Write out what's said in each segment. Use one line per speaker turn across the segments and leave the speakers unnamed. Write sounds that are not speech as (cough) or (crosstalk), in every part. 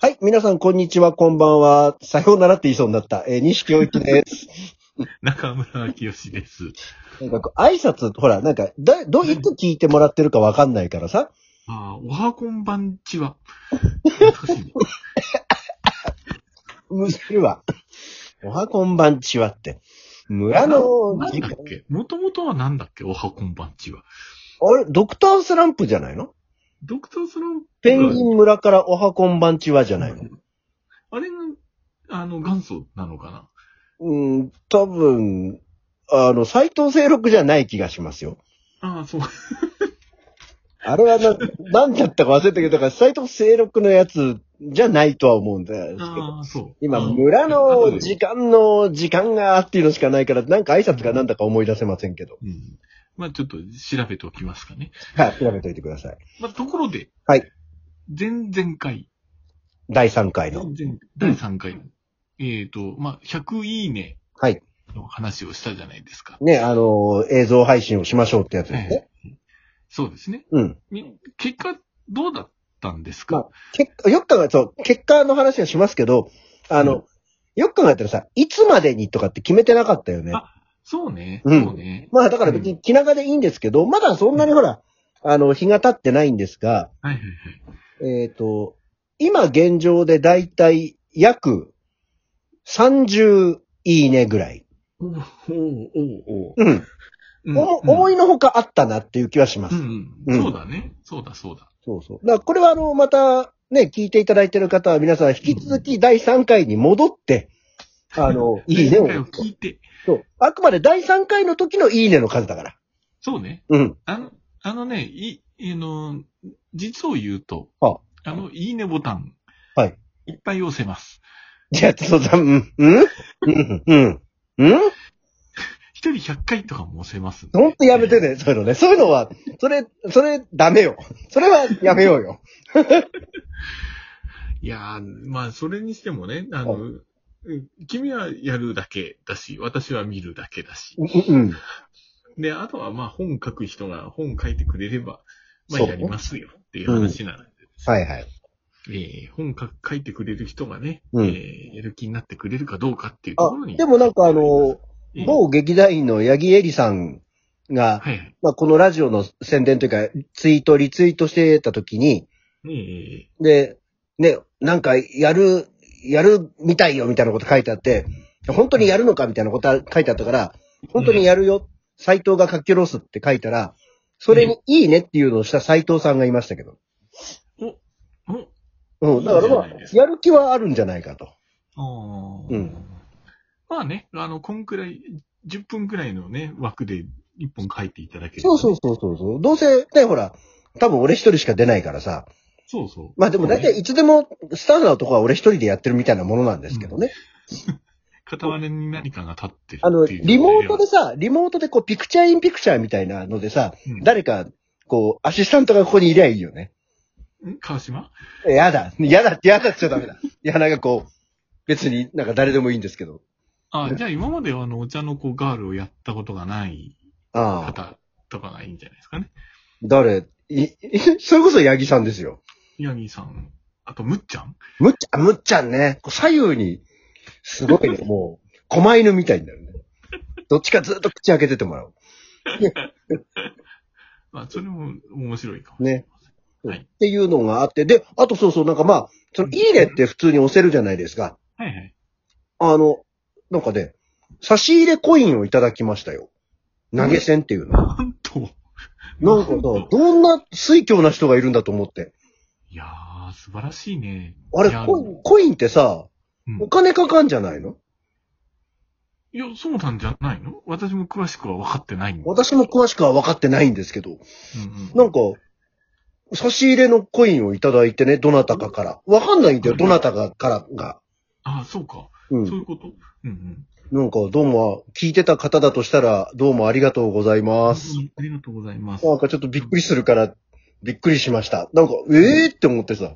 はい、皆さん、こんにちは、こんばんは。さようならって言いそうになった。えー、西京一
(laughs)
です。
中村清志です。
なんかこう、挨拶、ほら、なんか、だ、ど、いつ聞いてもらってるかわかんないからさ。
ああ、おはこんばんちは。難しいね。
むしろは。おはこんばんちはって。村の
な、ん
時
だ
間
っけもともとはなんだっけおはこんばんちは。
あれ、ドクタースランプじゃないの
ドクタースランプ
ペンギン村からおはこんばんちはじゃないの
あれが、あの、元祖なのかな
うん、多分、あの、斎藤清六じゃない気がしますよ。
ああ、そう。
あれはな、なんだったか忘れたけど、だから斎藤清六のやつじゃないとは思うんですけど。
ああ、そう。
今、
あの
村
後
の
で
時間の時間がっていうのしかないから、なんか挨拶がなんだか思い出せませんけど。
うん。まあちょっと調べておきますかね。
はい、調べといてください。
まあところで。
はい。
前々回。
第3回
前
の。
々第3回。えっと、まあ100いいね。
はい。
の話をしたじゃないですか。
ね、あのー映像配信をしましょうってやつですね。
ええそうですね。
うん。
に結果、どうだったんです
ま
か、
結果、よく考えそう、結果の話はしますけど、あの、
う
よく考えたらさ、いつまでにとかって決めてなかったよね。
あそうね。
うん
そうね。
まあ、だから別に気長でいいんですけど、まだそんなにほら、あの、日が経ってないんですが、
はいはい
えっ、と、今現状でだいたい約30いいねぐらい。
はい。おうおうおう
うん。
うん
おも思いのほかあったなっていう気はします。
うんう
うん
ん。そうだね。そうだそうだ。
そうそう。だからこれはあの、またね、聞いていただいてる方は皆さん引き続き第3回に戻って、あの、いいね
前
を
回。聞いて。
そう。あくまで第3回の時のいいねの数だから。
そうね。
うん。
あの、あのね、い、あの、実を言うと、
あ
あの、いいねボタン。
はい。
いっぱい押せます。
じゃあ、そうだ、うん、うん、うん、うん、うん
一人100回とかも押せますんで。
ほんとやめてね、そういうのね。そういうのは、それ、それ、ダメよ。それはやめようよ。
いやー、まあ、それにしてもね、あの、
は
うん君はやるだけだし、私は見るだけだし。
うん。
で、あとはまあ本書く人が本書いてくれれば、まあ
そう
やりますよっていう話なので、
はいはい。
えー本書書いてくれる人がね、
うん
えーやる気になってくれるかどうかっていうと
あ
ころに。、
でもなんかあの、
えー、
某劇団員の八木恵里さんが、
はいはい。
まあ、このラジオの宣伝というか、ツイート、リツイートしてた時に、
え
で、ね、なんかやる、やるみたいよみたいなこと書いてあって、本当にやるのかみたいなこと書いてあったから、本当にやるよ、斎藤が書き下ろすって書いたら、それにいいねっていうのをした斎藤さんがいましたけど。
ー、お
うん、だからまあ
いいじゃないです、か
やる気はあるんじゃないかと。
あー
うん
まあね、あの、こんくらい、10分くらいのね、枠で1本書いていただければ、
そうそうそうそうそう。どうせ、ね、ほら、多分俺一人しか出ないからさ。
そうそう。
まあでも大体いつでもスターのとこは俺一人でやってるみたいなものなんですけどね。
片割れに何かが立ってる
あの、
っていう
リモートで
で、
さ、リモートでこう、ピクチャーインピクチャーみたいなのでさ、
うん
誰か、こう、アシスタントがここにいりゃいいよね。
ん川島
えやだ。やだって、やだっちゃダメだ。いや、なんかこう、別になんか誰でもいいんですけど。
あ、じゃあ今まではあの、お茶の子ガールをやったことがない
ああ、
方とかがいいんじゃないですかね。
誰、い、それこそ八木さんですよ。
ヤギさん、あと、むっちゃん
むっちゃん、むっちゃんね。こう左右に、すご
(laughs)
いね、もう、狛犬みたいになるね。どっちかずっと口開けててもらう。
まあ、それも面白いかも。
ね。
はい
っていうのがあって、で、あとそうそう、なんかまあ、その、いいねって普通に押せるじゃないですか。
はいはい。
あの、なんかね、差し入れコインをいただきましたよ。投げ銭っていうの。
なんと。
なんかさ、どんな水強な人がいるんだと思って。
いやー、素晴らしいね。
あれ、
いや
コイン、コインってさ、
うん
お金かかんじゃないの
いや、そうなんじゃないの私も詳しくは分かってないんだ
私も詳しくは分かってないんですけど、
うんう。
なんんか、差し入れのコインをいただいてね、どなたかから。わかんないんだよ、どなたかからが。
あ、そうか。
う。
そうんいうこと。うんうん。
なんか、どうも、聞いてた方だとしたら、どうもありがとうございます。
うんありがとうございます。
なんかちょっとびっくりするから、びっくりしました。なんか、ええー、って思ってさ。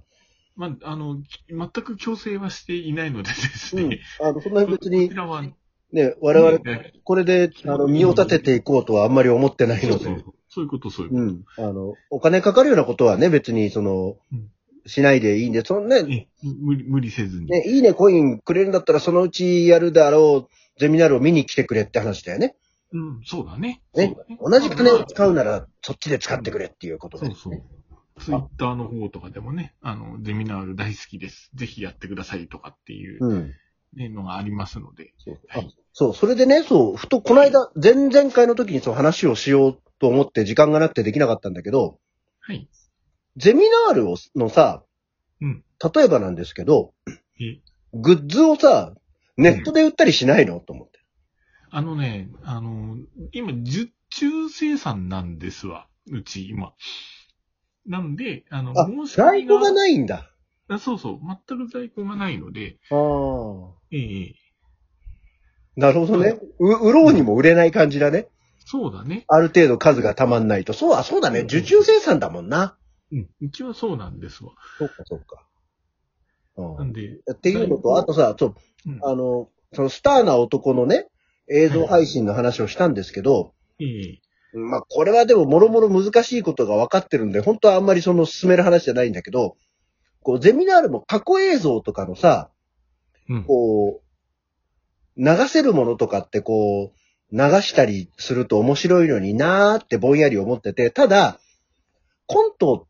まあ、あの、き全く強制はしていないのでです
うん
ね。。
あの、そんなに別に
こち、らは、
ね、我々、
ね
これで、あの、身を立てていこうとはあんまり思ってない
そ
の
うそ
で。
うそういうこと、そういう
う
こ
ん。あの、お金かかるようなことはね、別に、その
うん、
しないでいいんで、そんな、ね、
え無理無理せずに。
いいねコインくれるんだったらそのうちやるだろうゼミナールを見に来てくれって話だよね。
うん、そうだね。
ね
そうだね
同じ金を使うな
まあ
らそっちで使ってくれっていうことで。
そうそう。ツイッターの方とかでもね、あの、ゼミナール大好きです。ぜひやってくださいとかっていう、
うん。
ねのがありますので。
そうあ
はい
そう、それでね、そう、ふとこの間、前々回の時にそう話をしようと思って時間がなくてできなかったんだけど、
はい。
ゼミナールをのさ、
うん
例えばなんですけど、
え
グッズをさ、ネットで売ったりしないの、と思って。
あのね、あの、今、受注生産なんですわ。うち、今。なんで、あの、
あ
申し込
在
み
庫がないんだ。
あそうそう。全く在庫がないので、
ああ。
ええ
なるほどね。う売ろうにも売れない感じだね。
そうだね。
ある程度数がたまんないと。そう、あ、そうだね。
うん
受注生産だもんな。
うん。うちはそうなんですわ。
そうか、そうか。う
なんんで、
っていうのと、あとさ、そう、
うん、
あの、そのスターな男のね、映像配信の話をしたんですけど、
ええ
まあ、これはでも、もろもろ難しいことが分かってるんで、本当はあんまりその進める話じゃないんだけど、こう、ゼミナールも過去映像とかのさ、
うん。
こう、流せるものとかってこう、流したりすると面白いのになーってぼんやり思ってて、ただ、コント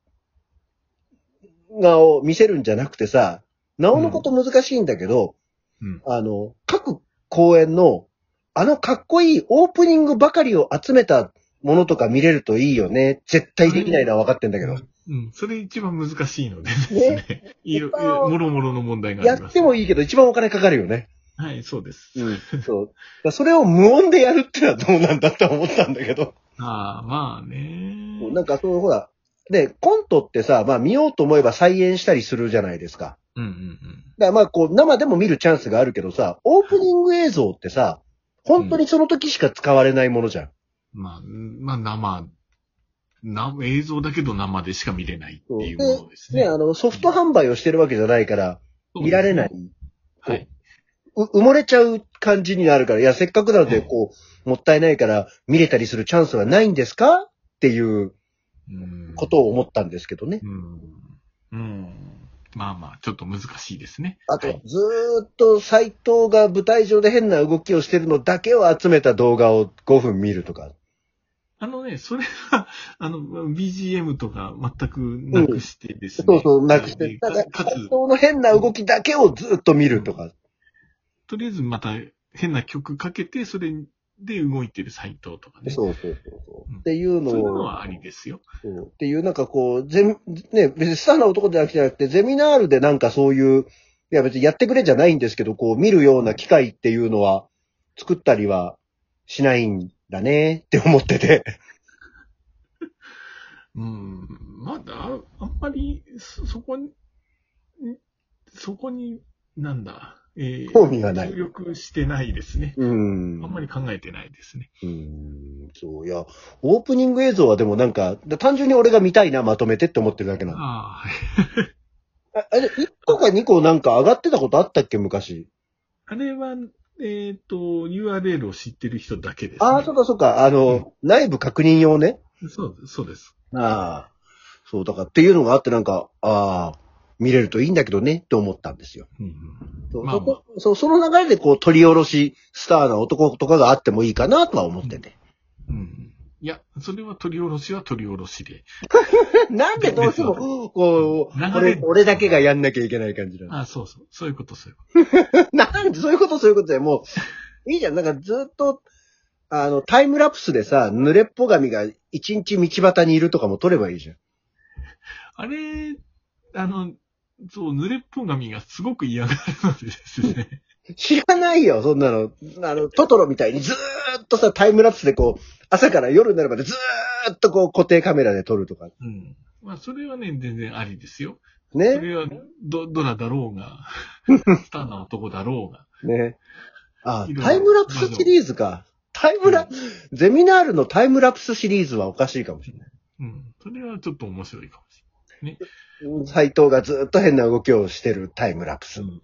がを見せるんじゃなくてさ、なおのこと難しいんだけど、
うん。
あの、各公演の、あのかっこいいオープニングばかりを集めたものとか見れるといいよね。絶対できないのは分かってんだけど。
うん。それ一番難しいのでですね。 (laughs) いろいろ、もろもろの問題が
や
ありま
っ
す。
てもいいけど、一番お金かかるよね。
はい、そうです。
うん。そう。だからそれを無音でやるってのはどうなんだとは思ったんだけど。
ああ、まあね。
なんかそのほら、で、コントってさ、まあ見ようと思えば再演したりするじゃないですか。
うんうん
だからまあこう生でも見るチャンスがあるけどさ、オープニング映像ってさ、本当にその時しか使われないものじゃん。
うん。まあ、まあ生、な映像だけど生でしか見れないっていうものですね。
ね、あの、ソフト販売をしてるわけじゃないから、見られない。。
はい。
う埋もれちゃう感じになるから、いや、せっかくなので、
うん
こう、もったいないから、見れたりするチャンスはないんですかっていう
うん
ことを思ったんですけどね。
うん。うん。まあまあ、ちょっと難しいですね。
あと
はい、
ずーっと斎藤が舞台上で変な動きをしてるのだけを集めた動画を5分見るとか。
あのね、それは、あの、BGM とか全くなくしてですね。
そうそう、なくして。ただ、
かか
斎藤
つ、
の変な動きだけをずーっと見るとか。
とりあえずまた変な曲かけて、それで動いてるサイトとかね。そう
そうそうそうそうう。
ん
っていうの
いう
を
の。はありですよ。
そうっていう、なんかこう、ゼミ、ね、別にスターな男じゃなくて、ゼミナールでなんかそういう、いや別にやってくれじゃないんですけど、こう見るような機会っていうのは、作ったりはしないんだねって思ってて。
うん。まだ、あんまり、そそこに、んそこに、なんだ、えー
興味がない
注力してないですね。
うん
あんまり考えてないですね。
うん。そう、いや、オープニング映像はでもなんか、だ単純に俺が見たいな、まとめてって思ってるだけなの。あ
ああ、
あれ、1個か2個なんか上がってたことあったっけ、昔。
あれは、えっ、と、URL を知ってる人だけです、ね。
ああ、そうかそうか、あの、内部確認用ね。
そうそうです。
ああ。そう、だからっていうのがあってなんか、ああ、見れるといいんだけどね、と思ったんですよ。
うん
そう
まあま
そ
あ
こそうその流れでこう、取り下ろし、スターな男とかがあってもいいかなとは思ってて。
うん。うん。いや、それは取り下ろしは取り下ろしで。
なんでどうしても、 (laughs) こう、
流れ
俺、俺だけがやんなきゃいけない感じなの。
ああ、そうそう。そういうこと、そういうこ
(laughs) なんで、そういうこと、そういうことで、もう、いいじゃん。なんかずっと、あの、タイムラプスでさ、濡れっぽ髪が一日道端にいるとかも撮ればいいじゃん。
と。あれ、あの、そう、濡れっぽ髪がすごく嫌がるのでですね。
知らないよ、そんなの。あの、トトロみたいにずーっとさ、タイムラプスでこう、朝から夜になるまでずーっとこう、固定カメラで撮るとか。
うん。まあ、それはね、全然ありですよ。そ
ね。
れは、ど、ドラだろう
(laughs)
が、スターな男だろうが。
ね。あ
い、ろいろ
タイムラプスシリーズか。タイムラ、ゼミナールのタイムラプスシリーズはおかしいかもしれない。
うん。それはちょっと面白いかもし
斎藤がずーっと変な動きをしてるタイムラプス
れ。ない。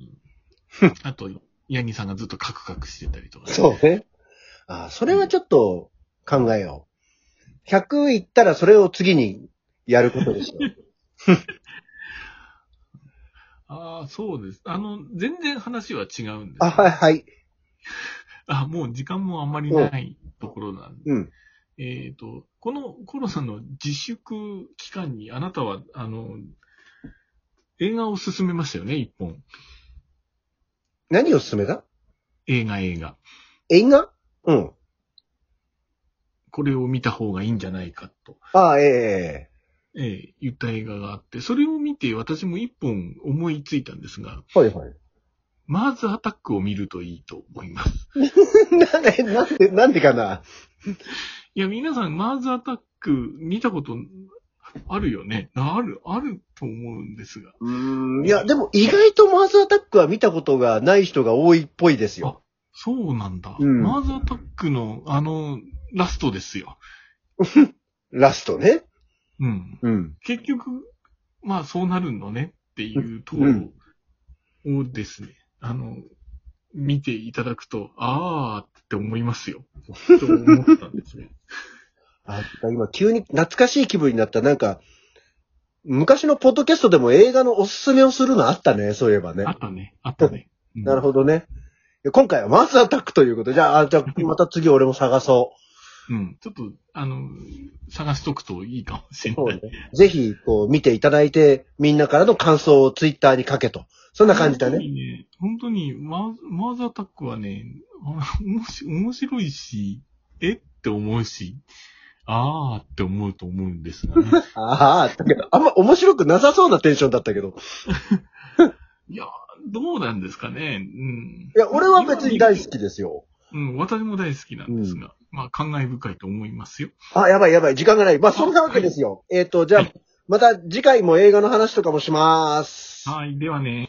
うん。あと、ヤギさんがずっとカクカクしてたりとか。
そうね。あ、それはちょっと考えよう。100いったらそれを次にやることでしょう。
ああ、そうです。あの、全然話は違うんです。
あ、はい、はい。
あ、もう時間もあんまりないところなんで。
うん。
えっ、と、このコロナの自粛期間にあなたは、あの、映画を進めましたよね、一本。
何を勧めた
映画映画。
映画うん。
これを見た方がいいんじゃないかと、
ああ、え
えー言った映画があって、それを見て私も一本思いついたんですが、
えはいはい。 (laughs)
マーズアタックを見るといいと思います。
なんで、なんで、なんでかない
や、皆さん、マーズアタック見たことあるよね。ある、あると思うんですが。
うん。いや、でも意外とマーズアタックは見たことがない人が多いっぽいですよ。
そうなんだ。
うん
マーズアタックの、あの、ラストですよ。
ラストね。
うん。
うん。
結局、まあ、そうなるのねっていうところをですね、あの、見ていただくと、あーって思いま
(laughs)
すよ。と思ったんですね。
あ、今急に懐かしい気分になった。なんか、昔のポッドキャストでも映画のおすすめをするのあったね、そういえばね
あ。ったね。あったね。うん
なるほどね。今回はマーズアタックということでじゃあ、あじゃあ、また次俺も探そ
うん。ちょっと、あの、探しとくといいかもしれ
う。
ない。
ね。ぜひ、こう、見ていただいて、みんなからの感想をツイッターに書けと。そんな感じだ
本当
ね。
にね、本当にマーズ、マーズアタックはね、あ面白面白いし、えって思うし、あーって思うと思うんですがね。
ああ、だけど、あんま面白くなさそうなテンションだったけど。
いや、どうなんですかね。うん。
いや、俺は別に大好きですよ。
うん、私も大好きなんですが、まあ、感慨深いと思いますよ。
あ、やばいやばい、時間がない。まあ、そんなわけですよ。えっ、と、じゃあ、また次回も映画の話とかもしまーす。
はい、ではね。